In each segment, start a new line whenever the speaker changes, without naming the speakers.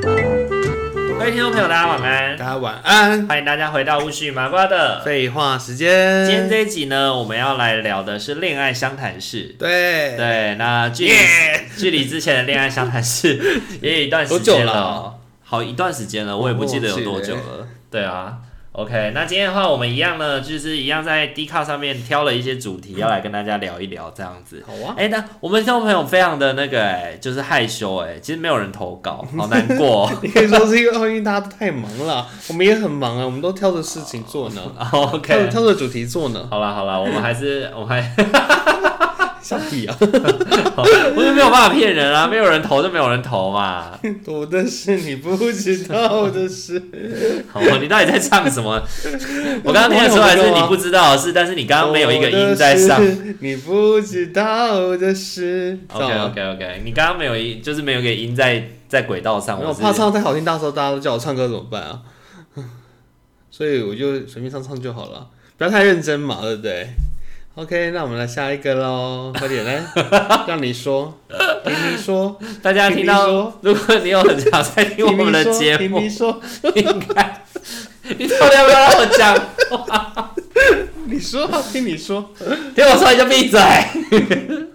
各位听众朋友，大家晚
大
安，
家晚安。
欢迎大家回到巫师与麻瓜的。
废话时间，
今天这一集呢，我们要来聊的是恋爱相谈室。
对，
对，那距离距离之前的恋爱相谈室 也有一段时
多
间
久了
了，好一段时间了，我也不记得有多久了。对啊，OK，那今天的话，我们一样呢，就是一样在 D 卡上面挑了一些主题要来跟大家聊一聊，这样子。
好啊，
哎、那我们听众朋友非常的那个、哎，就是害羞、哎，其实没有人投 稿，好难过、哦
你可以说是因为最近大家都太忙了，我们也很忙啊，我们都挑着事情做呢，
哦。
挑着
OK，
挑着主题做呢，
好啦好啦，我们还是我们还，
笑屁啊！
我就没有办法骗人啊，没有人投就没有人投 嘛。
我的事你不知道的事，
好，你到底在唱什 么？我刚刚听得出来是你不知道的事，但是你刚刚没有一个音在上
我。的事你不知道的事。
OK OK OK，你刚刚没有一就是没有一个音在在轨道上，
没有
我
我
是
怕唱得太好听，到时候大家都叫我唱歌怎么办啊？所以我就随便唱唱就好了，不要太认真嘛，对不对？OK，那我们来下一个喽，快点来，让你说，听你说，
大家听
听你
到
说，
如果你有很常在听我们的节
听
目
你，说，
应该你到底要不要让我讲？
听你说，你说，听你说，
听我说你就闭嘴。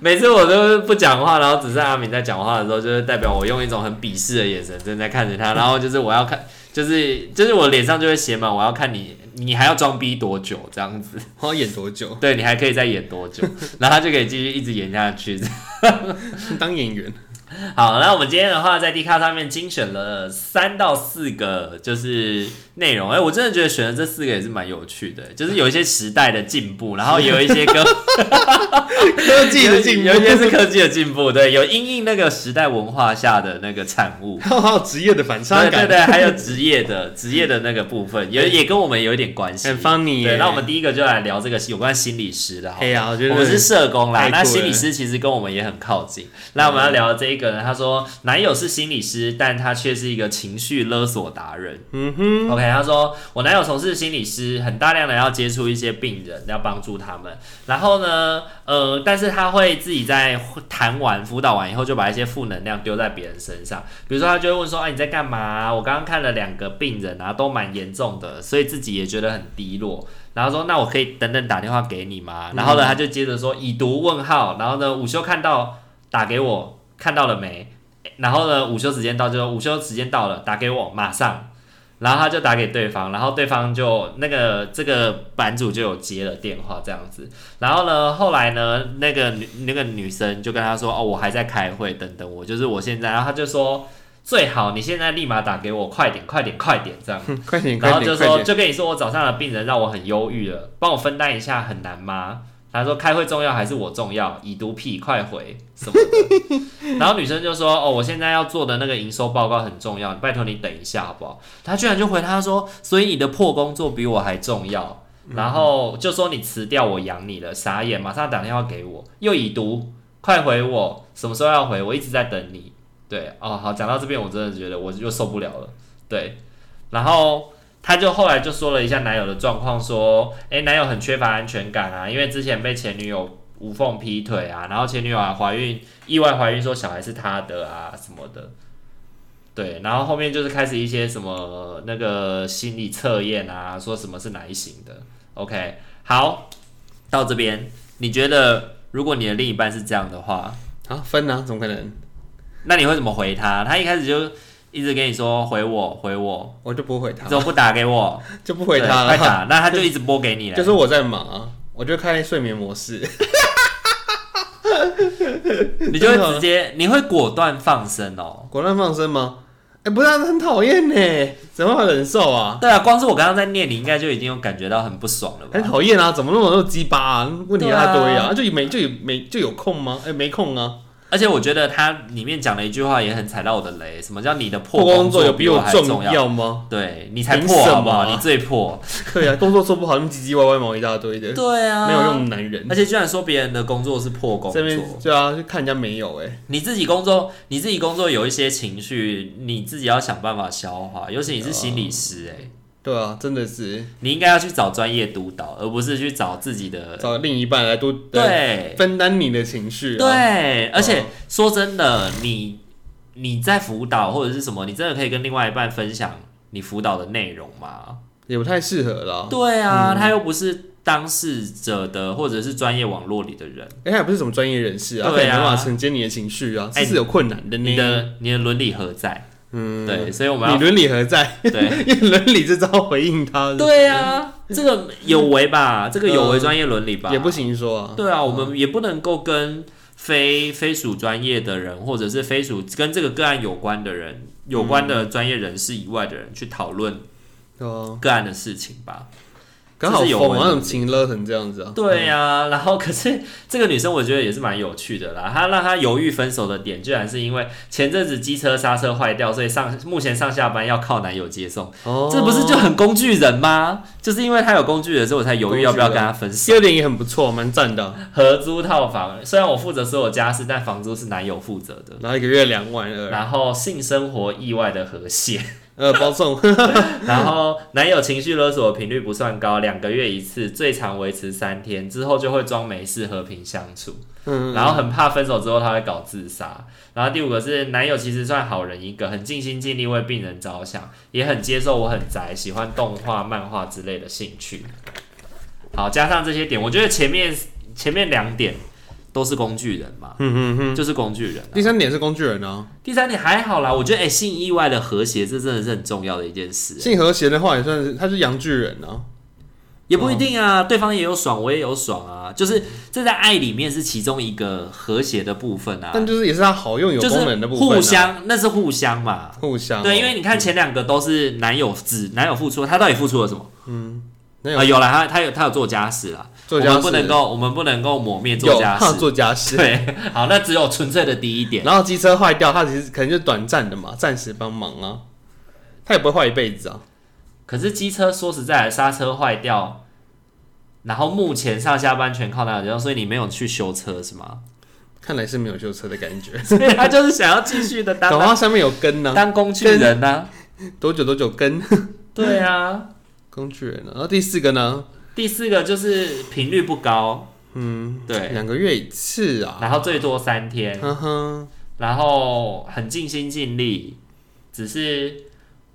每次我都不讲话，然后只是阿敏在讲话的时候，就是代表我用一种很鄙视的眼神正在看着他，然后就是我要看，就是就是我脸上就会写满我要看你，你还要装逼多久这样子？
我要演多久？
对你还可以再演多久？然后他就可以继续一直演下去。
当演员，
好，那我们今天的话在 D 卡上面精选了三到四个就是内容，哎、我真的觉得选的这四个也是蛮有趣的，就是有一些时代的进步，然后也有一些跟
科技的进
有有一些
步，
是科技的进步，对，有因应那个时代文化下的那个产物，
还有职业的反差
对对
感，
对，还有职业的 职业的那个部分，也也跟我们有一点关系
很。funny 耶。
对，那我们第一个就来聊这个有关心理师的好了，
哎呀，我觉得
我们是社工啦，
太酷
那
了
心理师其实跟我们也很靠近。那我们要聊的这一个呢，他说男友是心理师，但他却是一个情绪勒索达人。
嗯哼，
OK，他说我男友从事心理师，很大量的要接触一些病人，要帮助他们。然后呢，呃，但是他会自己在谈完、辅导完以后，就把一些负能量丢在别人身上。比如说，他就会问说：“哎、你在干嘛啊、我刚刚看了两个病人啊，都蛮严重的，所以自己也觉得很低落。”然后说：“那我可以等等打电话给你吗？”然后呢，他就接着说：“已读问号。”然后呢，午休看到打给我，看到了没？然后呢，午休时间到就说午休时间到了，打给我，马上。然后他就打给对方，然后对方就那个这个版主就有接了电话这样子。然后呢，后来呢，那个女那个女生就跟他说：“哦，我还在开会，等等我，就是我现在。”然后他就说：“最好你现在立马打给我，快点，快点，快点，这样。”
哼快点，
然后
快
就
点，
说
快点，
就跟你说我早上的病人让我很忧郁了，帮我分担一下很难吗？他说开会重要还是我重要？已读屁，快回什么的。然后女生就说哦，我现在要做的那个营收报告很重要，拜托你等一下好不好？他居然就回他说，所以你的破工作比我还重要。然后就说你辞掉我养你了，傻眼，马上打电话给我，又已读，快回我，什么时候要回？我一直在等你。对，哦，好，讲到这边我真的觉得我就受不了了。对，然后她就后来就说了一下男友的状况，说，诶，男友很缺乏安全感啊，因为之前被前女友无缝劈腿啊，然后前女友啊怀孕，意外怀孕说小孩是她的啊什么的，对，然后后面就是开始一些什么那个心理测验啊，说什么是哪一型的，OK，好，到这边，你觉得如果你的另一半是这样的话，
啊，分啊，怎么可能？
那你会怎么回他？他一开始就一直跟你说回我回我，
我就不回他
你，怎么不打给我？
就不回他
对快
了。
打，那他就一直拨给你了。
就是我在忙，我就开睡眠模式。
你就会直接，你会果断放生哦。
果断放生吗？哎、不是、啊，很讨厌呢，怎么会忍受啊？
对啊，光是我刚刚在念，你应该就已经有感觉到很不爽了
很
吧？
讨厌啊！怎么那么多鸡巴啊？问题
对啊
太多呀、啊就没就有没就有空吗？哎、没空啊！
而且我觉得他里面讲了一句话也很踩到我的雷，什么叫你的
破
工
工作有
比
我
还
重
要？
吗？
对你才
凭
破
什
好不好？
么啊
你最破。
对呀、工作做不好，那么唧唧歪歪毛一大堆的，
对啊，
没有用。的男人。
而且居然说别人的工作是破工
这边
作，
对啊，就看人家没有哎、
你自己工作，你自己工作有一些情绪，你自己要想办法消化。尤其你是心理师、欸，
对啊，真的是
你应该要去找专业督导，而不是去找自己的。
找另一半来多
对
分担你的情绪、啊，
对，哦而且
嗯
说真的，你你在辅导或者是什么，你真的可以跟另外一半分享你辅导的内容吗？
也不太适合啦。
对啊，他又不是当事者的或者是专业网络里的人，
哎、他也不是什么专业人士啊，
对啊
他没办法承接你的情绪啊，
哎
这是有困难的呢。
你的你的伦理何在？
嗯，
对，所以我们
你
要
伦理何在？
对。
因为伦理这招回应他，
对啊，这个有违吧？这个有违专业伦理吧？
也不。行说啊。
对啊，我们也不能够跟非非属专业的人，或者是非属跟这个个案有关的人、有关的专业人士以外的人去讨论
对啊，
个案的事情吧。
嗯刚好
这是有
疯
问
啊，
题
那种情勒成这样子啊。
对呀、然后可是这个女生我觉得也是蛮有趣的啦。她让她犹豫分手的点，居然是因为前阵子机车刹车坏掉，所以上目前上下班要靠男友接送，
哦，
这不是就很工具人吗？就是因为她有工具人，所以我才犹豫要不要跟她分手。
第二点也很不错，蛮赞的啊。
合租套房，虽然我负责所有家事，但房租是男友负责的。
然后一个月两万二，
然后性生活意外的和谐，
呃，包送，
然后男友情绪勒索的频率不算高，两个月一次，最长维持三天，之后就会装没事和平相处。
嗯，
然后很怕分手之后他会搞自杀。然后第五个是男友其实算好人一个，很尽心尽力为病人着想，也很接受我很宅，喜欢动画、漫画之类的兴趣。好，加上这些点，我觉得前面前面两点都是工具人嘛，
嗯嗯嗯。
就是工具人。
第三点是工具人啊，
第三点还好啦，我觉得哎、性意外的和谐这真的是很重要的一件事、哎
性和谐的话也算是，他是洋巨人啊。
也不一定啊，对方也有爽，我也有爽啊，就是这在爱里面是其中一个和谐的部分啊，
但就是也是他好用有
就是
功能的部分啊、
互相，那是互相嘛，
互相哦
对，因为你看前两个都是男友只男友付出，他到底付出了什么？
那
啊、
有
有了，他他有他有做家事啦，
做家
我们
事
不能够我们不能够抹灭做
有
家
他有
事。
做家事，
对， 好，那只有纯粹的第一点，
然后机车坏掉，他其实可能就短暂的嘛，暂时帮忙啊，他也不会坏一辈子啊。
可是机车说实在的，刹车坏掉，然后目前上下班全靠男友，所以你没有去修车是 吗？
看来是没有修车的感觉，
所以他就是想要继续的
搞不
当
好上面有跟呢、
当工具人呢、啊
多久多久跟
对啊，
工具人呢、然后第四个呢，
第四个就是频率不高，
嗯，
对，
两个月一次啊，
然后最多三天，
哼哼，
然后很尽心尽力，只是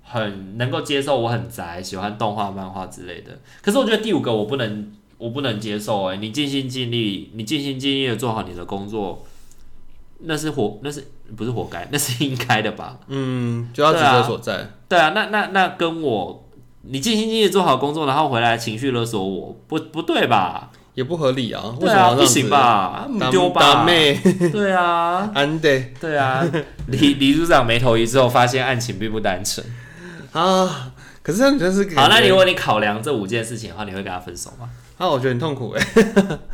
很能够接受我很宅，喜欢动画、漫画之类的。可是我觉得第五个我不能，我不能接受哎、你尽心尽力，你尽心尽力的做好你的工作，那是活，那是不是活该？那是应该的吧？
嗯，就要职责所在，
对啊，那那那跟我。你尽心尽力做好工作，然后回来情绪勒索我，不不对吧？
也不合理啊，为
对
什么要
啊，
这
不
样子
行？吧？
打
不丢
打
吧？
妹，
对啊，
安得
对啊， 李李组长眉头一皱，发现案情并不单纯。
啊！可是这样真是
好，那
感觉
如果你考量这五件事情的话，你会跟他分手吗？
啊，我觉得很痛苦哎、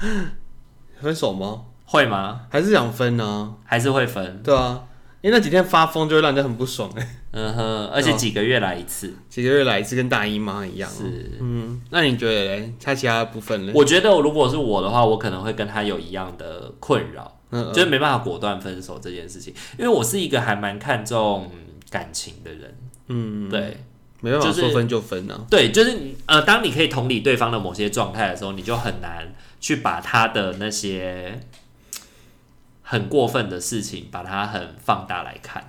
分手吗？
会吗？
还是想分呢、
还是会分？
对啊，因为那几天发疯就会让人家很不爽哎、
嗯哼，而且几个月来一次。
几个月来一次，跟大姨妈一样。
是，
嗯，那你觉得嘞？他其他的部分嘞？
我觉得如果是我的话，我可能会跟他有一样的困扰，
嗯，
就是没办法果断分手这件事情，因为我是一个还蛮看重感情的人。
嗯，
对
没办法
就是
说分就分啊。
对，就是你呃，当你可以同理对方的某些状态的时候，你就很难去把他的那些很过分的事情，把它很放大来看。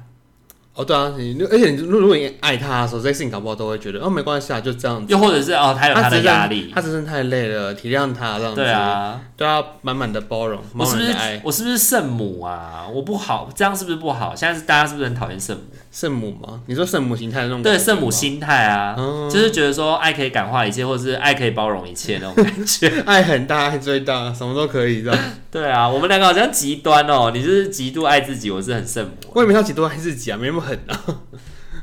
哦，对啊，你而且你如如果你爱他的时候，这些事情搞不好都会觉得哦没关系啊，就这样子。
又或者是哦，他有他
只
的
是
压力，
他只是太累了，体谅他这样子。
对，啊，
对啊，满满的包容，
我
满
是
满
不
的
是
爱，
我是不是圣母啊？我不好，这样是不是不好？现在是大家是不是很讨厌圣母？
圣母吗？你说圣母形态的那种感
对，
觉
圣母
吗
心态啊，
嗯
就是觉得说爱可以感化一切，或者是爱可以包容一切那种感觉。
爱很大，爱最大，什么都可以这样。
对啊，我们两个好像极端哦，你就是极度爱自己，我是很圣母。
我也没到几多爱自己啊，没那么狠啊。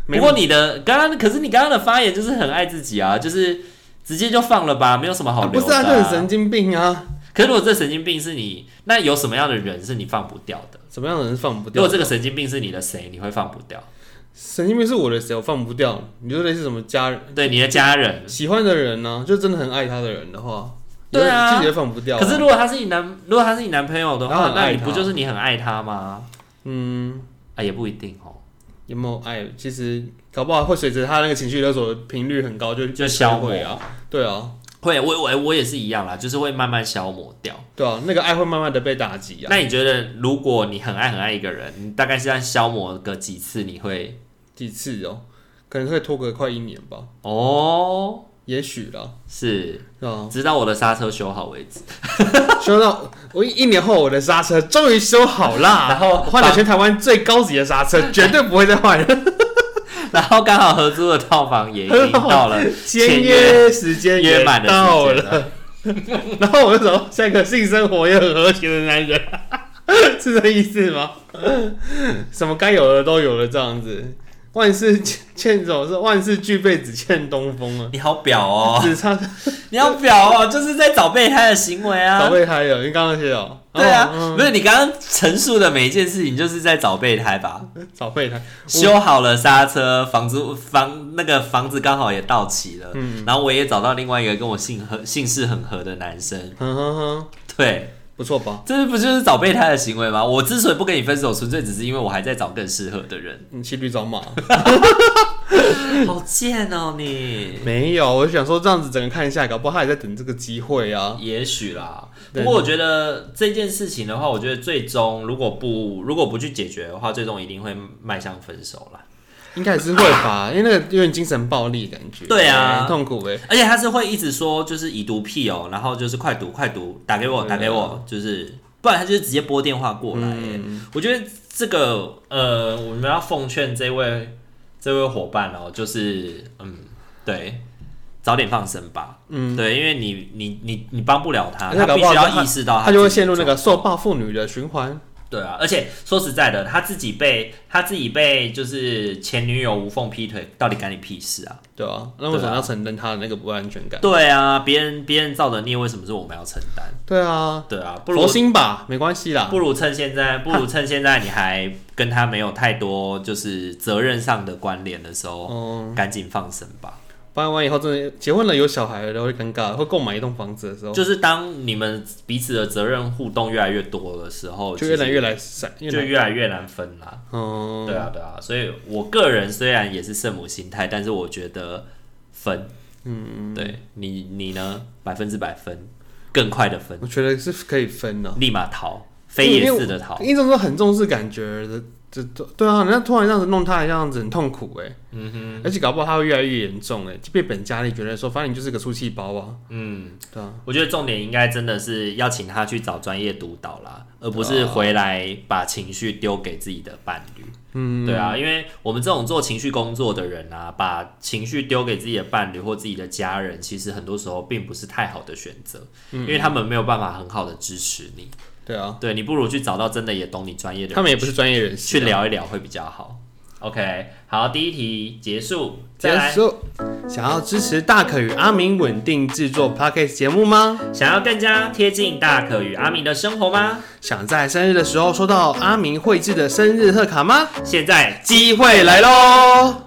不过你的刚刚，可是你刚刚的发言就是很爱自己啊，就是直接就放了吧，没有什么好
啊不
留
是
的、
啊，就很神经病啊。
可是如果这神经病是你，那有什么样的人是你放不掉的？
怎么样的人放不
如
掉？
果这个神经病是你的谁，你会放不掉？
神经病是我的谁，我放不掉。你就类似什么家人
对，你的家人。
喜欢的人呢、就真的很爱他的人的话，
对啊
自己也放不掉、
可是如果他是你男，如果他是你男朋友的
然后
话，
很
那
爱
你
他
不就是你很爱他吗？
嗯，
啊，也不一定哦，
有没有爱？其实搞不好会随着他那个情绪勒索的频率很高，就
就消磨
会啊。对啊，
会，我我我也是一样啦，就是会慢慢消磨掉。
对啊，那个爱会慢慢的被打击啊。
那你觉得，如果你很爱很爱一个人，你大概是要消磨个几次，你会
几次哦，可能会拖个快一年吧，
哦，
也许啦，
是
对啊。
直到我的刹车修好为止。
修到我一年后，我的刹车终于修好 啦，然后换了全台湾最高级的刹车，绝对不会再换了。
然后刚好合租的套房也已经到了
签
签
约时间
约
也
满的
到
时
了
间，了，
然后我就找到下一个性生活也很和谐的男人， 是这意思吗？什么该有的都有了，这样子，万事欠欠总是万事俱备，只欠东风啊。
你好表哦，
只差
你好表哦，就是在找备胎的行为啊
早。备胎了，你刚刚写哦。
对啊，
哦
不是你刚刚陈述的每一件事情，就是在找备胎吧？
嗯早备胎，
修好了刹车，房租房那个房子刚好也到期了，
嗯
然后我也找到另外一个跟我姓合姓氏很合的男生，
嗯哼哼哼，
对，
不错吧？
这不就是找备胎的行为吗？我之所以不跟你分手，纯粹只是因为我还在找更适合的人。
你骑驴找马。
好贱哦你！
没有，我就想说这样子整个看一下，搞不好他也在等这个机会啊。
也许啦，
对
不过我觉得这件事情的话，我觉得最终如果不如果不去解决的话，最终一定会迈向分手啦。
应该也是会吧，因为那个有点精神暴力的感觉，
对啊
很痛苦哎、
而且他是会一直说就是已读屁哦，然后就是快读快读，打给我
嗯
打给我，就是不然他就是直接拨电话过来耶。
嗯
我觉得这个呃，我们要奉劝这位这位伙伴哦，就是嗯，对，早点放生吧。嗯，对，因为你你你你帮不了他，
而且搞
必
不好
须
他
要意识到
啊他就会陷入
自
那
己的
个
状
受暴妇女的循环。
对啊，而且说实在的，他自己被他自己被就是前女友无缝劈腿，到底干你屁事啊？
对啊，那为什么要承认他的那个不安全感？
对啊，别人别人造的孽，为什么是我们要承担？
对啊，
对啊，不如
佛心吧，没关系啦
不。如趁现在，不如趁现在你还跟他没有太多就是责任上的关联的时候，
哦，
赶紧放生吧。
搬完以后真的结婚了有小孩了会尴尬，会购买一栋房子的时候，
就是当你们彼此的责任互动越来越多的时候，
哦就越来
其
越来散，越
实就
来
越来越难分啦。
嗯，
对啊，对啊，所以我个人虽然也是圣母心态，但是我觉得分，嗯，对你你呢，百分之百分，更快的分，
我觉得是可以分啊的、
立马逃，飞也
因为
似的逃。
一种说很重视感觉的，这对啊，人家突然这样子弄他，这样子很痛苦哎、嗯哼，而且搞不好他会越来越严重哎、就变本加厉，觉得说反正你就是个出气包啊，嗯，对啊，
我觉得重点应该真的是要请他去找专业督导啦，而不
啊
是回来把情绪丢给自己的伴侣。嗯，对啊，因为我们这种做情绪工作的人啊，把情绪丢给自己的伴侣或自己的家人，其实很多时候并不是太好的选择，
嗯
因为他们没有办法很好的支持你。
对啊，
对你不如去找到真的也懂你专业的人，
他们也不是专业人士、啊
去聊一聊会比较好。OK，好，第一题结束，再
结
来。
束。想要支持大可与阿明稳定制作 podcast 节目吗？
想要更加贴近大可与阿明的生活吗？
想在生日的时候收到阿明绘制的生日贺卡吗？
现在
机会来喽！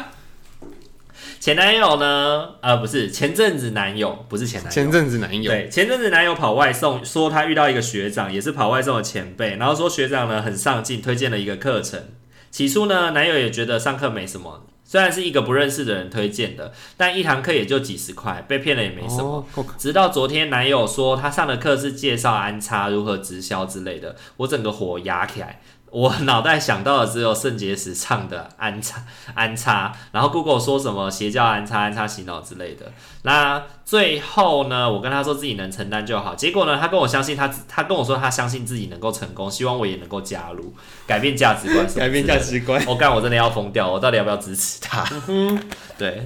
前男友呢？呃，不是，前阵子男友，不是前男友，
前阵子男友，
对，前阵子男友跑外送，说他遇到一个学长，也是跑外送的前辈，然后说学长呢很上进，推荐了一个课程。起初呢，男友也觉得上课没什么，虽然是一个不认识的人推荐的，但一堂课也就几十块，被骗了也没什么。
哦，
直到昨天，男友说他上的课是介绍安插如何直销之类的，我整个火压起来。我脑袋想到的只有肾结石唱的安插安插，然后 Google 说什么邪教安插安插洗脑之类的。那最后呢，我跟他说自己能承担就好。结果呢，他跟我相信他，他跟我说他相信自己能够成功，希望我也能够加入，改变价值观什么之类的，
改变价值 观。
我、哦干，我真的要疯掉！我到底要不要支持他？
嗯
对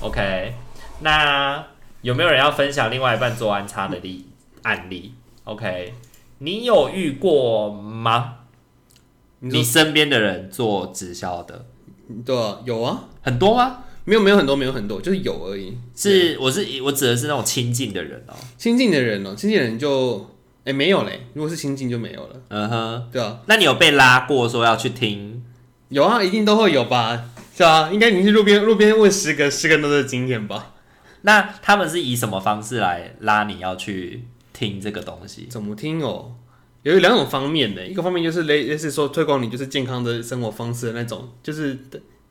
，OK。那有没有人要分享另外一半做安插的例案例？OK，你有遇过吗？
你
你
说
身边的人做直销的
对啊，有啊，
很多吗？
没有没有很多，没有很多，就是有而已。
是，我是我指的是那种亲近的人哦、
亲近的人哦、亲近的人就哎、没有嘞，如果是亲近就没有了，
嗯哼，
对啊，
那你有被拉过说要去听？
有啊，一定都会有吧，是啊，应该你去路边路边问十个，十个都是经验吧？
那他们是以什么方式来拉你要去听这个东西？
怎么听哦？有两种方面的，一个方面就是类类似说推广你就是健康的生活方式的那种，就是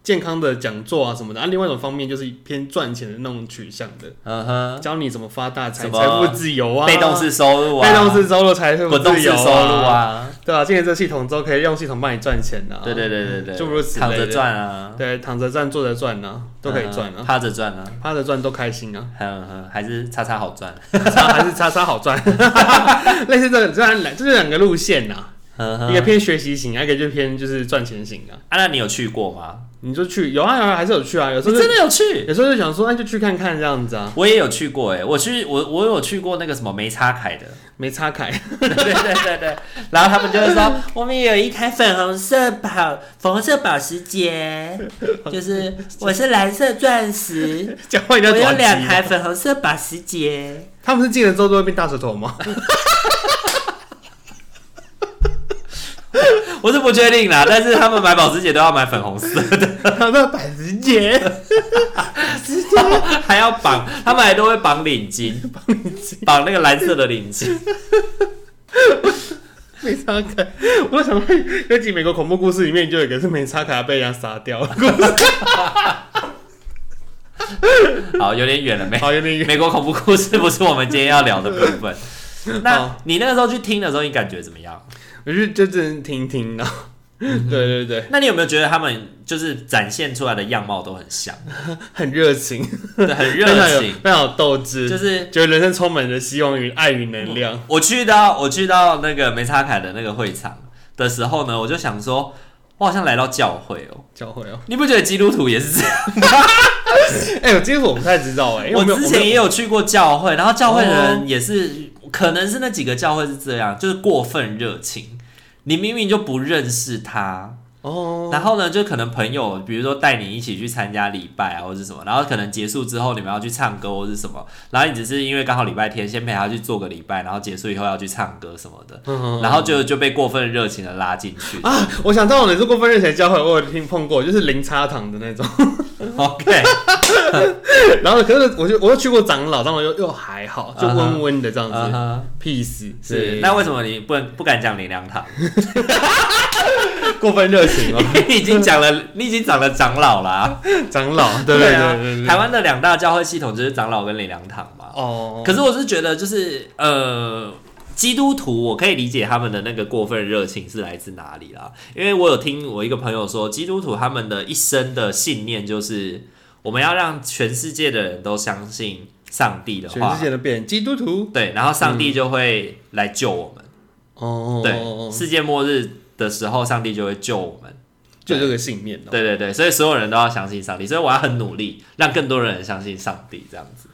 健康的讲座啊什么的；，啊，另外一种方面就是偏赚钱的那种取向的，
嗯哼，
教你怎么发大财、
什么
财富自由啊，
被动、式收入啊，
被动式收入、财富
滚动
自
式
由、
收入，啊，
对啊，建立这系统之后可以用系统帮你赚钱啊，
对对对对对，
诸如此类
躺
的
着赚啊，
对，躺着赚、坐着赚啊，都可以赚
嗯
啊，
趴着赚啊，
趴着赚都开心啊，
嗯哼，还是叉叉好赚，啊
叉还是叉叉好赚， 类似这种，这两这是两个路线呐、
嗯
一
哼，
个偏学习型，一个就偏就是赚钱型啊。
啊，那你有去过吗？
你就去有啊有啊，还是有去啊，有
我
时候
真
就
的有去，
有时候就想说，那就去看看这样子啊，
我也有去过哎、我去我我有去过那个什么梅差凯的，
没差凯，
对对对对，然后他们就会 说我们有一台粉红色宝粉红色保时捷， 就是我是蓝色钻石，
讲话一定要短期的。
粉红色保时捷。
他们是进了之后都会变大舌头吗？
我是不确定啦，但是他们买保时捷都要买粉红色的，
他们百时节，
还要绑，他们还都会绑领巾，绑那个蓝色的领 巾。
没差凯。我想到有几美国恐怖故事里面就有一个是没差凯被人家杀掉，
好，有点远了，美
好有点远。
美国恐怖故事不是我们今天要聊的部 分。那
好
你那个时候去听的时候，你感觉怎么样？
我就就只能听听的。对对对，
那你有没有觉得他们就是展现出来的样貌都很 像，
很热情，
对很
非常
热
有
情？
非常有斗志，
就是
觉得人生充满着希望与爱与能量。
我去到我去到那个梅差凯的那个会场的时候呢，我就想说，我好像来到教会哦、
教会哦，
你不觉得基督徒也是这样？
哎、我其实我不太知道哎、因为
我
没有
之前也有去过教会，然后教会的
哦
人也是，可能是那几个教会是这样，就是过分热情。你明明就不认识他，
我没有哦，
然后呢，就可能朋友，比如说带你一起去参加礼拜啊，或者是什么，然后可能结束之后你们要去唱歌或是什么，然后你只是因为刚好礼拜天先陪他去做个礼拜，然后结束以后要去唱歌什么的，
嗯
然后就就被过分热情的拉进去。
啊，我想到了，你是过分热情的教会，我有听碰过，就是零差堂的那种。
OK，
然后可是我就我又去过长老，长老又又还好，
啊
就温温的这样子、
嗯哼
p e a c e
是。那为什么你不能不敢讲林良堂？
过分热情哦，
你已经讲了，你已经长了啊长老啦、
长老，对对
啊
对对对，
台湾的两大教会系统就是长老跟林良堂嘛。
哦，
可是我是觉得，就是呃，基督徒我可以理解他们的那个过分热情是来自哪里啦，因为我有听我一个朋友说，基督徒他们的一生的信念就是，我们要让全世界的人都相信上帝的
全
话
世，界都变基督徒
对，然后上帝就会来救我们，
哦，
对，世界末日的时候，上帝就会救我们。
就这个信念哦。
对对对，所以所有人都要相信上帝，所以我要很努力，让更多人相信上帝，这样子，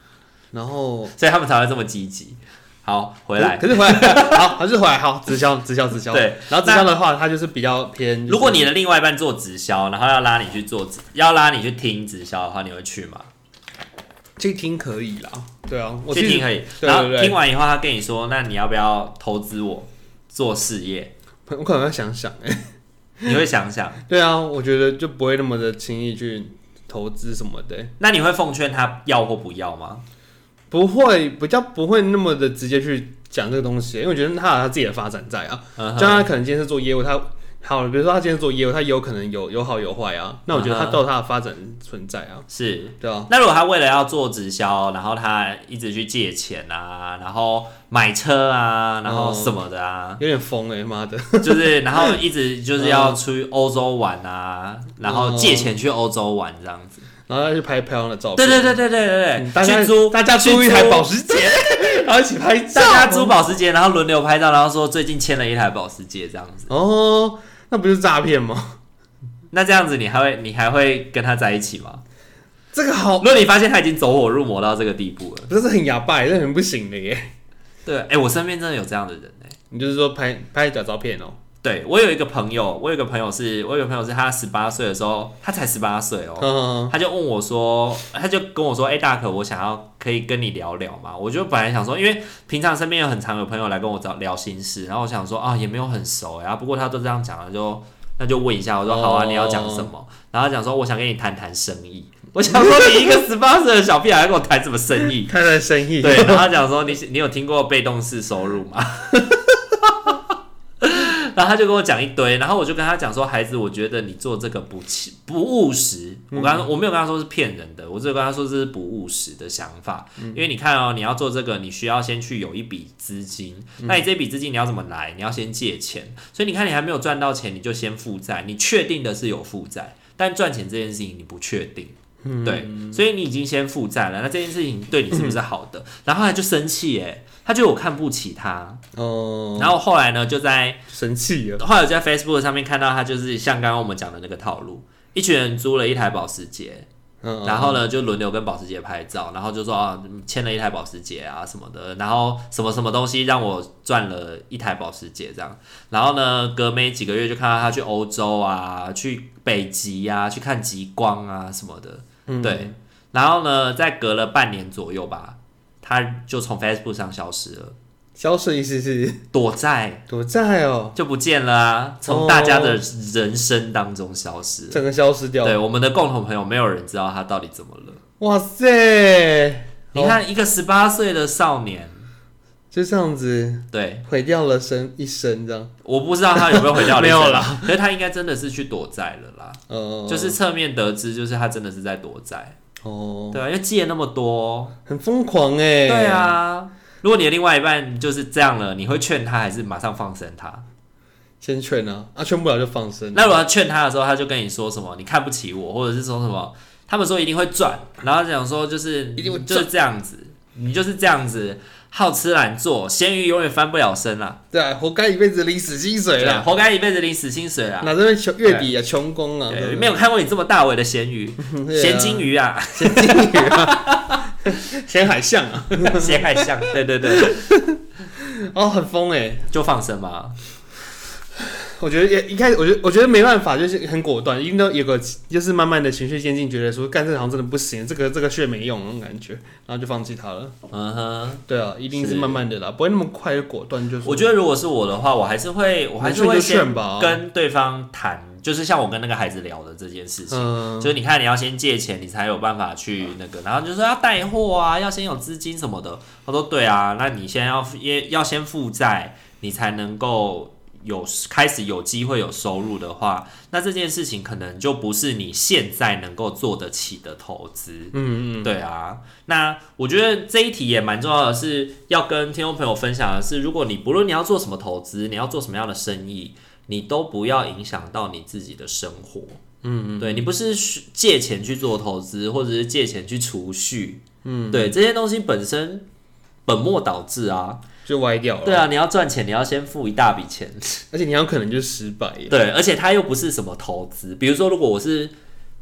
然后
所以他们才会这么积极。好，回来，
可是可是回来好，还是回来好，直销直销直销。
对，
然后直销的话，它就是比较偏、就是
如果你的另外一半做直销，然后要拉你去做直，要拉你去听直销的话，你会去吗？
去听可以啦，对啊，我
去
其实
听可以，
对
然
对
后
对
听完以后，他跟你说，那你要不要投资我做事业？
我可能要想想哎、
你会想 想，
对啊，我觉得就不会那么的轻易去投资什么的、
那你会奉劝他要或不要吗？
不会比较不会那么的直接去讲这个东西、因为我觉得他有他自己的发展在啊，
嗯
就
哼，
像他可能今天是做业务，他好，比如说他今天做业务，他有可能有有好有坏啊。那我觉得他
嗯哼
都有他的发展存在啊，
是。
对啊，
那如果他为了要做直销，然后他一直去借钱啊，然后买车啊，然
嗯
后什么的啊，
有点疯哎、妈的，
就是然后一直就是要
嗯
去欧洲玩啊，然后借钱去欧洲玩这样子。
然后他去拍漂亮的照片，
对对对对对对
嗯
对，
大家
去租
大家
去
租一台
租
保时捷，然后一起拍照，
大家租保时捷，然后轮流拍照，然后说最近签了一台保时捷这样子。
哦，那不就是诈骗吗？
那这样子你还会你还会跟他在一起吗？
这个好
如果你发现他已经走火入魔到这个地步了，
不是很哑巴欸，这很不行的耶。
对，哎、我身边真的有这样的人哎、
你就是说拍拍假照片哦、
对我有一个朋友，我有一个朋友是，我有一个朋友是他十八岁的时候，他才十八岁哦，
嗯，
他就问我说，他就跟我说，哎、大可，我想要可以跟你聊聊嘛。我就本来想说，因为平常身边有很常有朋友来跟我找聊心事，然后我想说啊，也没有很熟呀、不过他都这样讲了，就那就问一下，我说好啊，
哦
你要讲什么？然后他讲说，我想跟你谈谈生意。我想说，你一个十八岁的小屁孩跟我谈什么生意？
看看生意，
对，然后他讲说你你有听过被动式收入吗？ 然后他就跟我讲一堆，然后我就跟他讲说，孩子，我觉得你做这个不切不务实。我刚我没有跟他说是骗人的，我只有跟他说这是不务实的想法。因为你看哦，你要做这个，你需要先去有一笔资金，那你这笔资金你要怎么来？你要先借钱，所以你看你还没有赚到钱，你就先负债。你确定的是有负债，但赚钱这件事情你不确定。对，所以你已经先负债了，那这件事情对你是不是好的？然后他就生气，哎，他觉得我看不起他，
哦、
然后后来呢，就在
生气了，
后来我在 Facebook 上面看到他，就是像刚刚我们讲的那个套路，一群人租了一台保时捷，
嗯，
然后呢就轮流跟保时捷拍照，然后就说啊签了一台保时捷啊什么的，然后什么什么东西让我赚了一台保时捷这样，然后呢隔没几个月就看到他去欧洲啊，去北极啊，去看极光啊什么的，
嗯
对，然后呢再隔了半年左右吧，他就从 Facebook 上消失了，
消失意思是
躲债。
躲债哦，
就不见了啊，从大家的人生当中消失了。
整个消失哦掉，
对，我们的共同朋友，没有人知道他到底怎么了。
哇塞，
你看，一个十八岁的少年，
就这样子
对，
毁掉了生一生这样，
我不知道他有没有回到
没有
啦，可是他应该真的是去躲债了啦。
哦、
就是侧面得知，就是他真的是在躲债，
哦，
对啊，因为借那么多，
很疯狂哎，
对，啊。如果你的另外一半就是这样了，你会劝他还是马上放生他？
先劝啊，啊劝不了就放生，
那如果他劝他的时候，他就跟你说什么你看不起我，或者是说什么他们说一定会赚，然后讲说就是
一定会赚
就是这样子，你就是这样子好吃懒做，咸鱼永远翻不了身啦，
对啊，活该一辈子领死薪水
对啊
啦，
活该一辈子领死薪水啦。啊
哪这边穷月底啊，穷工啊，
嗯 对，没有看过你这么大尾的咸鱼，咸金
鱼，
鱼 啊，
咸金鱼啊，咸海象啊，
咸海象，对对对，
哦，很疯哎、
就放生嘛。
我觉得也一开始，我觉得我觉得没办法，就是很果断，因为都有个就是慢慢的情绪渐进，觉得说干这行真的不行，这个这个血没用那种感觉，然后就放弃它了。
嗯哼，
对啊，一定
是
是慢慢的啦，不会那么快就果断就说。
我觉得如果是我的话，我还是会，我还是会
你劝就
先
劝吧
跟对方谈，就是像我跟那个孩子聊的这件事情。
嗯，
就是你看，你要先借钱，你才有办法去那个，然后就说要带货啊，要先有资金什么的。他说对啊，那你先要付也要先负债，你才能够有开始有机会有收入的话，那这件事情可能就不是你现在能够做得起的投资。
嗯嗯，
对啊，那我觉得这一题也蛮重要的是，要跟听众朋友分享的是，如果你不论你要做什么投资，你要做什么样的生意，你都不要影响到你自己的生活。嗯嗯，对你不是借钱去做投资，或者是借钱去储蓄，嗯，对这些东西本身本末倒置啊。
就歪掉了。
对，啊，你要赚钱，你要先付一大笔钱，
而且你很有可能就失败耶。
对，而且它又不是什么投资，比如说如果我是，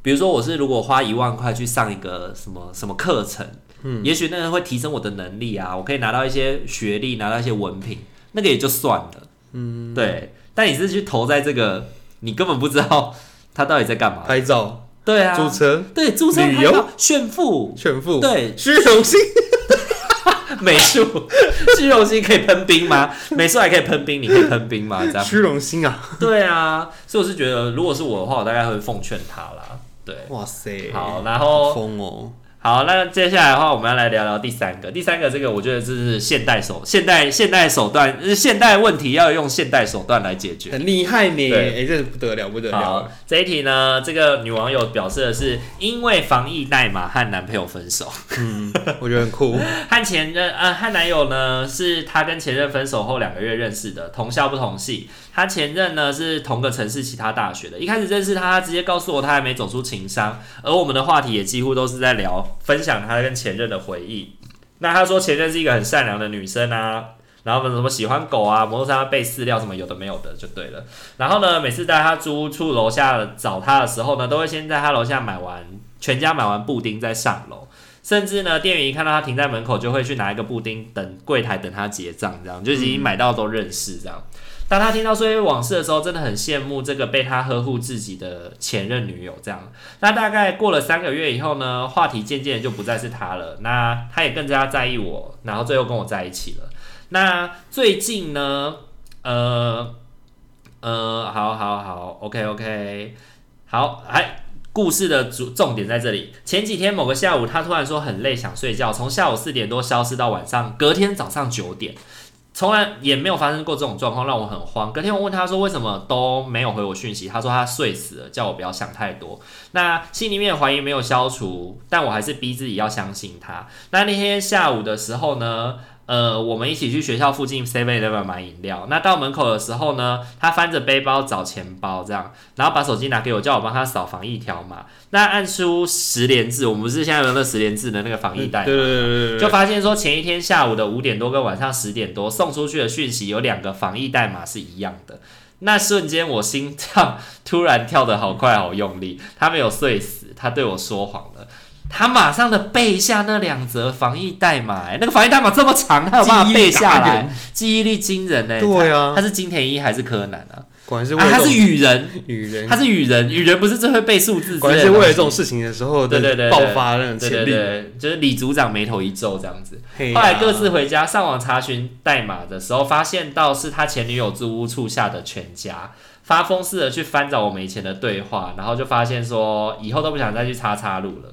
比如说我是如果花一万块去上一个什么什么课程，嗯，也许那个会提升我的能力啊，我可以拿到一些学历，拿到一些文凭，那个也就算了，嗯，对。但你是去投在这个，你根本不知道他到底在干嘛。
拍照、
对啊，
租车、
对注册
旅游
炫富，
炫富，
对
虚荣心，
美术 虚荣心可以喷冰吗？ 美术还可以喷冰，你可以喷冰吗？这样
虚荣心啊！
对啊，所以我是觉得，如果是我的话，我大概会奉劝他啦。对，
哇塞，
好，然后
疯哦，
好，那接下来的话，我们要来聊聊第三个。第三个这个，我觉得这是现代手、现代现代手段，呃现代问题要用现代手段来解决。
很厉害呢，哎、
对
这不得了，不得
好
了，，
这一题呢，这个女网友表示的是，因为防疫代码和男朋友分手，
嗯我觉得很 酷。
和前任呃和男友呢是她跟前任分手后两个月认识的，同校不同系。她前任呢是同个城市其他大学的，一开始认识她，她直接告诉我她还没走出情伤，而我们的话题也几乎都是在聊分享她跟前任的回忆。那她说前任是一个很善良的女生啊。然后什么喜欢狗啊，摩托车上被饲料什么有的没有的就对了。然后呢，每次在她租屋处楼下找她的时候呢，都会先在她楼下买完全家买完布丁再上楼。甚至呢，店员一看到他停在门口，就会去拿一个布丁等柜台等他结账，这样就已经买到都认识这样。当他听到这些往事的时候，真的很羡慕这个被他呵护自己的前任女友这样。那大概过了三个月以后呢，话题渐渐就不再是他了，那他也更加在意我，然后最后跟我在一起了。那最近呢，呃呃，好好好，OK OK，好，哎，故事的主重点在这里。前几天某个下午，他突然说很累，想睡觉，从下午四点多消失到晚上，隔天早上九点，从来也没有发生过这种状况，让我很慌。隔天我问他说为什么都没有回我讯息，他说他睡死了，叫我不要想太多。那心里面的怀疑没有消除，但我还是逼自己要相信他。那那天下午的时候呢？呃，我们一起去学校附近 Seven Eleven 买饮料。那到门口的时候呢，他翻着背包找钱包，这样，然后把手机拿给我，叫我帮他扫防疫条码。那按出十连字，我们不是现在有那十连字的那个防疫代码吗？
对对对对对，
就发现说前一天下午的五点多跟晚上十点多送出去的讯息有两个防疫代码是一样的。那瞬间我心跳突然跳得好快好用力，他没有睡死，他对我说谎了。他马上的背下那两则防疫代码、欸那个防疫代码这么长，他有办法背下
记忆力达
来
人，
记忆力惊人呢、
对啊
他，是金田一还是柯南啊？
果然是为
啊，
了
他
这
是
种
雨人，
女人，
他是雨人，雨人不是最会背数字之类的东西，
果然是为了这种事情的时候
对对
的
对对
爆发那种
对对
潜力。
对，就是李组长眉头一皱这样子。
嘿呀
后来各自回家，上网查询代码的时候，发现到是他前女友租屋处下的全家，发疯似的去翻找我们以前的对话，然后就发现说以后都不想再去叉叉路了。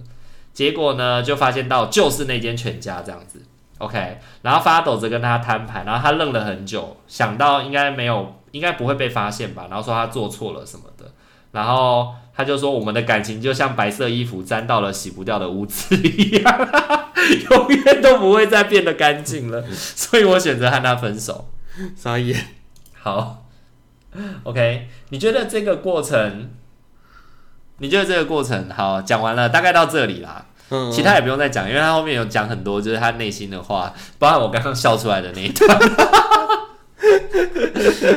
结果呢，就发现到就是那间全家这样子，OK，然后发抖着跟他摊牌，然后他愣了很久，想到应该没有，应该不会被发现吧，然后说他做错了什么的，然后他就说我们的感情就像白色衣服沾到了洗不掉的污渍一样。 永远都不会再变得干净了，所以我选择和他分手。
傻眼，
好，OK，你觉得这个过程，你觉得这个过程好讲完了，大概到这里啦，
嗯，
其他也不用再讲，因为他后面有讲很多，就是他内心的话，包含我刚刚笑出来的那一 段。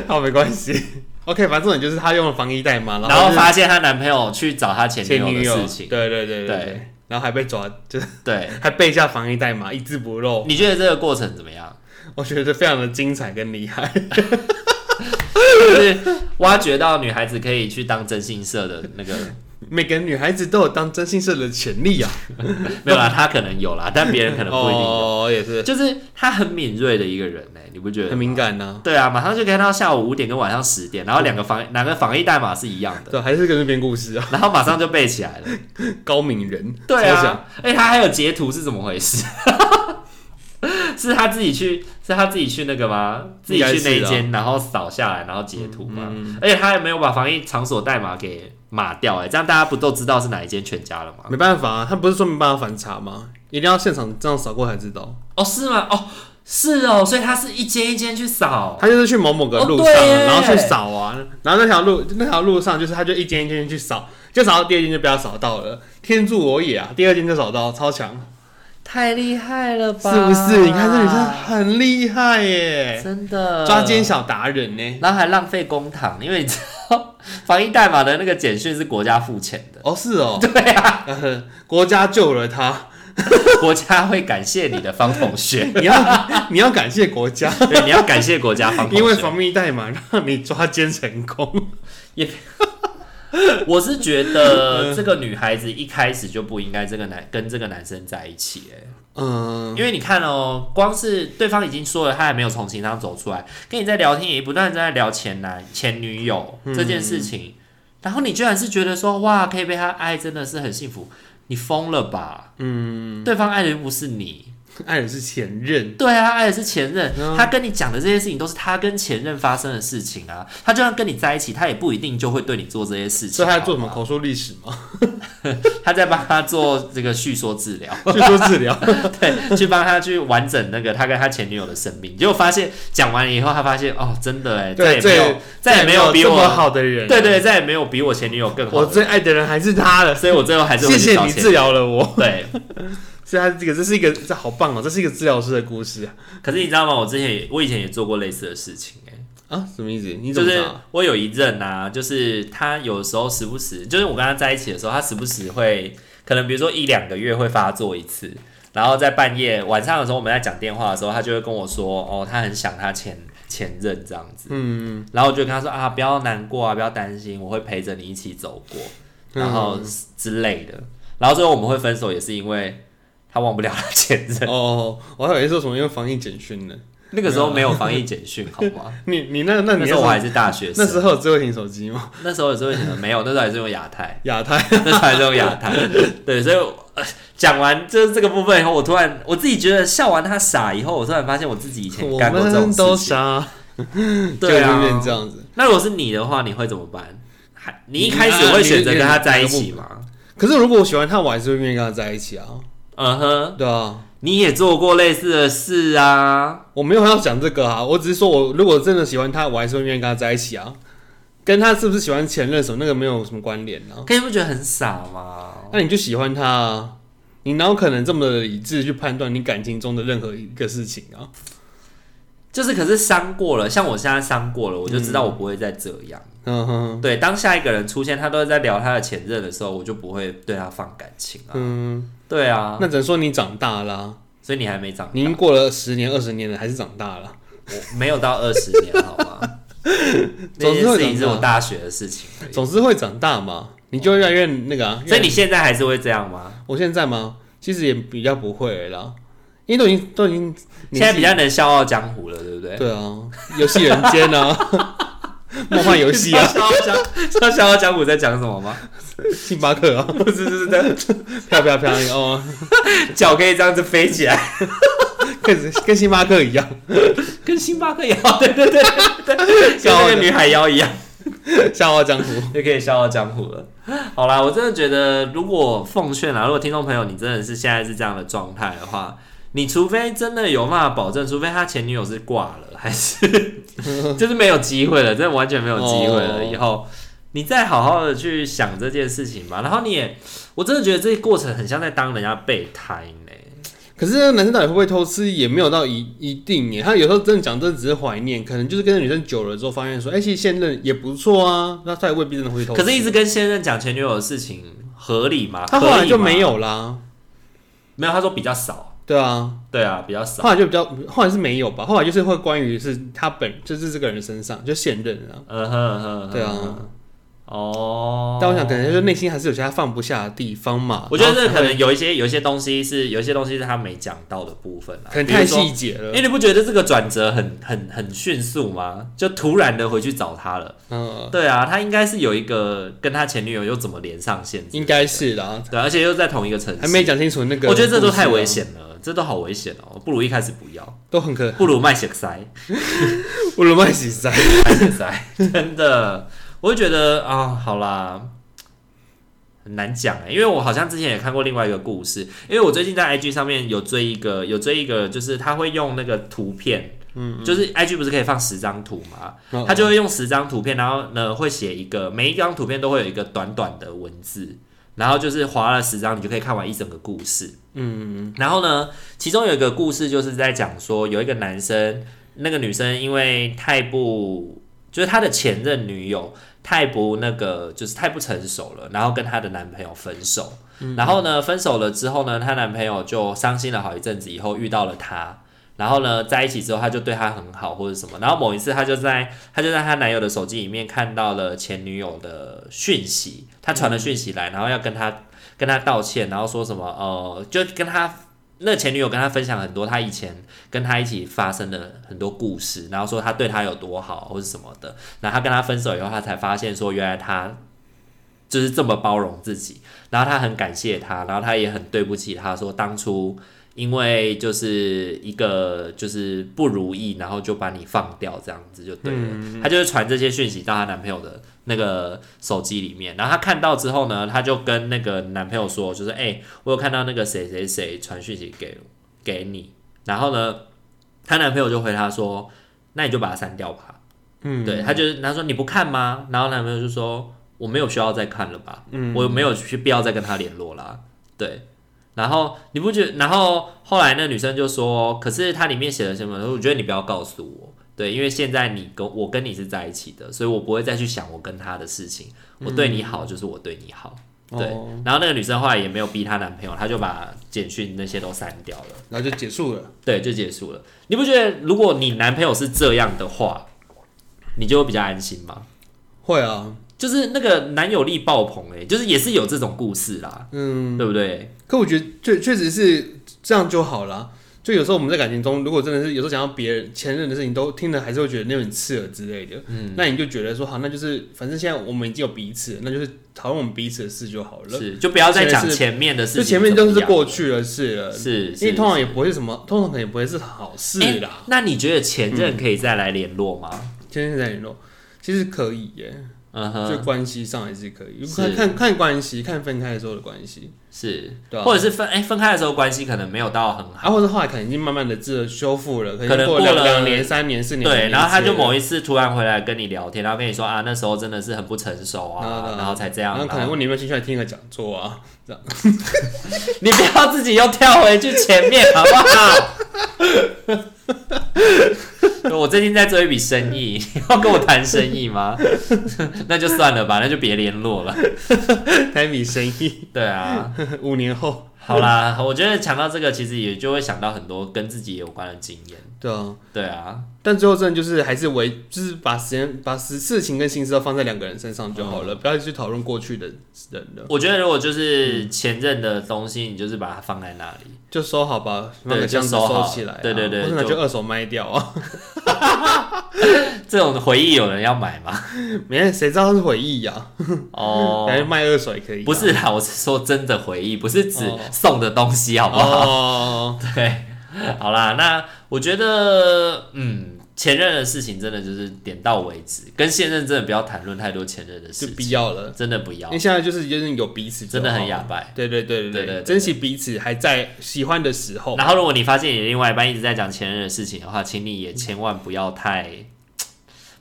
好没关系。OK，反正重点就是她用了防疫代码，
然
后
后
就是
发现她男朋友去找她前
前
女
女
友
友
的事情，
对对对
对
对，然后还被抓，就是
对，
还背下防疫代码，一字不漏。
你觉得这个过程怎么样？
我觉得非常的精彩跟厉害。
就是挖掘到女孩子可以去当征信社的那个，
每个女孩子都有当真心社的潜力啊。
没有啦，她可能有啦，但别人可能不一定有。
哦，也是
就是他很敏锐的一个人呢、你不觉得吗？
很敏感呐。
对啊，马上就看到下午五点跟晚上十点，然后两个防两个防疫代码是一样的，
对，还是跟着编故事啊，
然后马上就背起来了。
高敏人。
对
超强，
啊，哎、他还有截图是怎么回事？ 是他自己去，是他自己去那个吗？自己去那一
应该
间，然后扫下来，然后截图吗？
嗯
而且他也没有把防疫场所代码给码掉、哎，这样大家不都知道是哪一间全家了吗？
没办法啊，他不是说没办法反查吗？一定要现场这样扫过才知道。
哦，是吗？哦，是哦，所以他是一间一间去扫。
他就是去某某个路上
哦
啊，
对耶
然后去扫啊，然后那条路那条路上就是他就一间一间去扫，就扫到第二间就被他扫到了，天助我也啊！第二间就扫到，超强，
太厉害了吧？
是不是？你看这女生很厉害耶，
真的
抓奸，小达人呢。
然后还浪费公帑，因为你知道 防疫代码的那个简讯是国家付钱 的，
哦，是 哦，对啊，国家救了他，
国家会感谢你的方同学，
你要 你要感谢国家，
对，你要感谢国家方同学，
因为防密代码让你抓奸 成功。
我是觉
嗯
得这个女孩子一开始就不应该这个男跟这个男生在一起、哎。
嗯，
因为你看哦，光是对方已经说了，他还没有从情商走出来，跟你在聊天也不断地在聊前男前女
嗯
友这件事情，然后你居然是觉得说哇，可以被他爱真的是很幸福，你疯了吧？
嗯，
对方爱的又不是你，
爱人是前任，
对啊，爱的是前任
嗯，
他跟你讲的这些事情都是他跟前任发生的事情啊。他就算跟你在一起，他也不一定就会对你做这些事情。
所以他在做什
好
么
吗？
口述历史 吗？
他在帮他做这个叙说治疗，
去做治疗，
对，去帮他去完整那个他跟他前女友的生命。结果发现讲完以后，他发现哦，真的哎，再
对，
也没有
这
再也没 有比
这么
我，
好的人，
对，对，再也没有比我前女友更好
我
的
最
人。
爱的人还是他了，
所以，我最后还是会
谢
去
谢
找
你
前
治
任。
疗了我。
对，
所以他这个这是一个这好棒哦，这是一个治疗师的故事啊
可是你知道吗？我之前也我以前也做过类似的事情哎、
啊，什么意思？你怎
就
么知
是
道？
我有一任啊，就是他有时候时不时，就是我跟他在一起的时候，他时不时会，可能比如说一两个月会发作一次，然后在半夜晚上的时候，我们在讲电话的时候，他就会跟我说，哦，他很想他前前任这样子，
嗯，
然后我就跟他说啊，不要难过啊，不要担心，我会陪着你一起走过，
嗯
然后之类的，然后最后我们会分手，也是因为他忘不了他 前任，
哦，我还以为说什么用防疫简讯呢？
那个时候没有防疫简讯，好吗？
你你那 那
那
你
时候我还是大学
那
生，
时候有智慧型手机 吗？
那时候有时候想没有，那时候还是用亚太。
亚太，
那才是用亚太。 对，所以我呃讲完就是这个部分以后，我突然我自己觉得笑完他傻以后，我突然发现我自己以前
我
干过这种
们都
事情。
傻，
对
就
啊
会变这样子。
那如果是你的话，你会怎么办？还你一开始会选择跟他在一起吗？
可是如果我喜欢他，我还是会愿意跟他在一起啊。
嗯哼，
对啊，
你也做过类似的事啊。
我没有要讲这个啊，我只是说我如果真的喜欢他，我还是会愿意跟他在一起啊。跟他是不是喜欢前任什么那个没有什么关联啊。
可你不觉得很傻吗？
那你就喜欢他啊，你哪有可能这么理智去判断你感情中的任何一个事情啊？
就是，可是伤过了，像我现在伤过了，我就知道我不会再这样。
嗯哼，
对，当下一个人出现，他都是在聊他的前任的时候，我就不会对他放感情啊。
嗯，
对啊，
那只能说你长大啦、
所以你还没长大。
你已经过了十年、二十年了，还是长大了。
我没有到二十年，好 吗？那
总
件
是会
事情
长
是我
大
大学的事情而已，
总是会长大嘛，你就会越来越那个、啊。
所以
越来
你现在还是会这样吗？
我现在嘛，其实也比较不会了啦，因为都已经都已经
现在比较
年
能笑傲江湖了，对不对
纪？对啊，游戏人间啊， 梦幻游戏啊，
知道笑傲江，知道笑傲江湖在讲什么吗？
星巴克啊，
不是，是的，
飘飘飘哦，
脚可以这样子飞起来，
跟跟星巴克一样，
跟星巴克一样，对对对对对，跟那个女海妖一样，
笑傲江湖。
就可以笑傲江湖了。好啦，我真的觉得，如果奉劝啦，如果听众朋友你真的是现在是这样的状态的话，你除非真的有办法保证，除非他前女友是挂了，还是 就是没有机会了，真的完全没有机会了。
哦
以后你再好好的去想这件事情吧。然后你也，我真的觉得这个过程很像在当人家备胎呢。
可是那个男生到底会不会偷吃，也没有到一一定耶。他有时候真的讲，真的只是怀念，可能就是跟那女生久了之后，发现说，哎、其实现任也不错啊，那他也未必真的会偷吃。
可是，一直跟现任讲前女友的事情合理吗？
他后来就
合理吗
没，有啦，
没有，他说比较少。
对啊，
对啊，比较少。
后来就比较，后来是没有吧？后来就是会关于是他本就是这个人身上就现任啊。
嗯哼嗯哼，嗯哼
对啊。
哦，
但我想，可能就是内心还是有些他放不下的地方嘛。
我觉得
然后
这
才
可
会
能有一些有一些东西是有一些东西是他没讲到的部分啦，
可能
比如
太
说
细节
因
了。
为你不觉得这个转折很很很迅速吗？就突然的回去找他了。
嗯，
对啊，他应该是有一个跟他前女友又怎么连上线之类的，
应该是啦，
对，啊而且又在同一个城市，
还没。讲清楚那个。哦
我觉得这都太危，险了，这都好危险哦，不如一开始不要，
啊都很可。
不如卖血塞，
我罗曼史在，
卖血塞，真的，我就觉得啊、好啦。很难讲哎、因为我好像之前也看过另外一个故事，因为我最近在 IG 上面有追一个，有追一个，就是他会用那个图片，嗯就是 IG 不是可以放十张图嘛，
嗯
他就会用十张图片，然后呢会写一个，每一张图片都会有一个短短的文字，然后就是划了十张，你就可以看完一整个故事。
嗯，
然后呢，其中有一个故事就是在讲说，有一个男生，那个女生因为太不，就是他的前任女友太不那个，就是太不成熟了，然后跟她的男朋友分手。然后呢，分手了之后呢，她男朋友就伤心了好一阵子，以后遇到了她。然后呢，在一起之后，她就对他很好，或者什么。然后某一次，她就在她就在她男友的手机里面看到了前女友的讯息，她传了讯息来，然后要跟他跟他道歉，然后说什么呃，就跟他那前女友跟他分享很多他以前跟他一起发生的很多故事，然后说他对他有多好或者什么的。然后他跟他分手以后，他才发现说原来他就是这么包容自己。然后他很感谢他，然后他也很对不起他，说当初因为就是一个就是不如意，然后就把你放掉这样子就对了。他就是传这些讯息到她男朋友的那个手机里面，然后她看到之后呢，她就跟那个男朋友说，就是哎、我有看到那个谁谁谁传讯息给给你，然后呢，她男朋友就回她说，那你就把它删掉吧。
嗯，
对，他就是他说你不看吗？然后男朋友就说我没有需要再看了吧，
嗯
我没有去必要再跟他联络啦。对，然后你不觉然后后来那女生就说，可是它里面写了什么？我觉得你不要告诉我，对，因为现在你跟我跟你是在一起的，所以我不会再去想我跟他的事情。我对你好就是我对你好。对
嗯哦，
然后那个女生后来也没有逼她男朋友，她就把简讯那些都删掉了。
然后就结束了。
对，就结束了。你不觉得如果你男朋友是这样的话，你就会比较安心吗？
会啊，
就是那个男友力爆棚哎、就是也是有这种故事啦，
嗯，
对不对？
可我觉得确确实是这样就好了。就有时候我们在感情中，如果真的是有时候讲到别人前任的事情，都听了还是会觉得那有点刺耳之类的。嗯，那你就觉得说好，那就是反正现在我们已经有彼此了，那就是讨论我们彼此的事就好了。
是，就不要再讲
前是
前面的事
就
情，
前面都是过，去的事了，
是，是
因为通常也不会是什么，通常可能也不会是好事
哎
啦。
那你觉得前
嗯
任可以再来联络吗？
天天在联络，其实可以耶，
嗯
就
哼，
关系上还是可以。
是
看看看关系，看分开的时候的关系，
是，
对啊
或者是分哎、分开的时候关系可能没有到很好，
啊，或者后来可能已经慢慢的自我修复了，可
可能
能过
过
两
了
两年、三年、四年，五
对，
年
然后他
之类
就
的
某一次突然回来跟你聊天，然后跟你说啊那时候真的是很不成熟
然后
啊，
呢
然后才这样，
然嗯后可能问你有没有兴趣来听个讲座啊？
你不要自己又跳回去前面，好不好？ 我最近在做一笔生意， 你要跟我谈生意吗？ 那就算了吧，那就别联络了。
台米生意
对啊，
五年后，
好啦，我觉得讲到这个，其实也就会想到很多跟自己有关的经验。
对啊。
对啊，
但最后真的就是还是为，就是把时间、把事事情跟心思都放在两个人身上就好
嗯
了，不要去讨论过去的人了，
我觉得如果就是前任的东西，你就是把它放在那里。
就收好吧，
对
放个箱子
就收好
起来啊、
对对对
或者那
就
就二手卖掉啊。
这种回忆有人要买吗？
没人谁知道是回忆呀、啊，
哦，
感觉卖二手也可以啊、
不是啦，我是说真的回忆，不是指
哦
送的东西，好不好？
哦，
对，好啦，那我觉得，嗯，前任的事情真的就是点到为止，跟现任真的不要谈论太多前任的
就哎
事
必
情，
要了，
真的不要
因为，现在就是就是有彼此，
真的很。哑巴。
对对对对
对对对
珍惜彼此还在喜欢的时候。
然后，如果你发现你的另外一半一直在讲前任的事情的话，请你也千万不要太，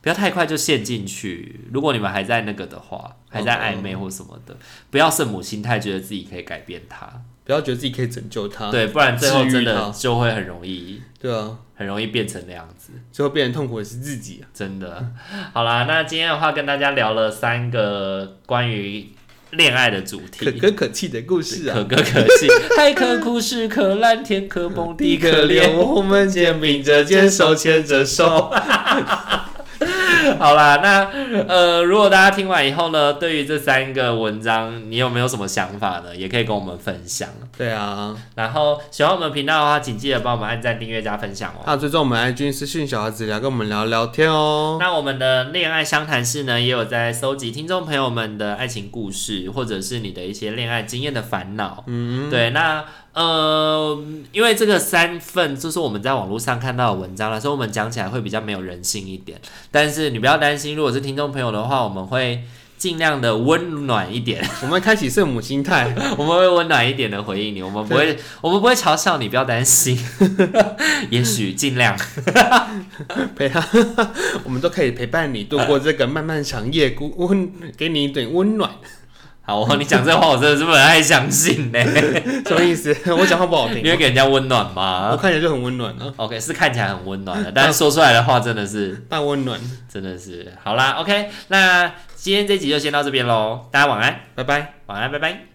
不要太快就陷进去。如果你们还在那个的话，还在暧
哦
昧或什么的，不要圣母心态，觉得自己可以改变他，
不要觉得自己可以拯救他，
对，不啊然最后
治愈
真
他
的就会很容易，
对啊，
很容易变成那样子。
最后变得痛苦的是自己啊。
真的， 好啦，那今天的话跟大家聊了三个关于恋爱的主
可
题，
歌可泣的故事
可
啊。
歌可 泣，嗨可哭是可烂天可崩地可
怜，
怜。
我们肩并着肩，手牵着手。
好啦，那呃，如果大家听完以后呢，对于这三个文章，你有没有什么想法呢？也可以跟我们分享。
对啊，
然后喜欢我们频道的话，请记得帮我们按赞、订阅、加分享哦。
那最终我们 IG 私讯小孩子聊，跟我们聊聊 天哦。
那我们的恋爱相谈室呢，也有在搜集听众朋友们的爱情故事，或者是你的一些恋爱经验的烦恼。嗯，对，那呃，因为这个三份就是我们在网络上看到的文章了，所以我们讲起来会比较没有人性一点。但是你不要担心，如果是听众朋友的话，我们会。尽量的温暖一点，
我们开启圣母心态，
我们会温暖一点的回应你，我们不会，我们不会嘲笑你，不要担心。 也许尽量，
陪他， 我们都可以陪伴你度过这个漫漫长夜，孤温给你一点温暖。
好，你讲这话我真的是不太相信呢、
什么意思？我讲话不好听
你会
吗，
给人家温暖
我
吗
看起来就很温暖啊，
？OK，是看起来很温暖的，但是说出来的话真的 是，
大温暖。
真的是好啦。OK，那今天这集就先到这边喽，大家晚安，
拜拜。
晚安，拜拜。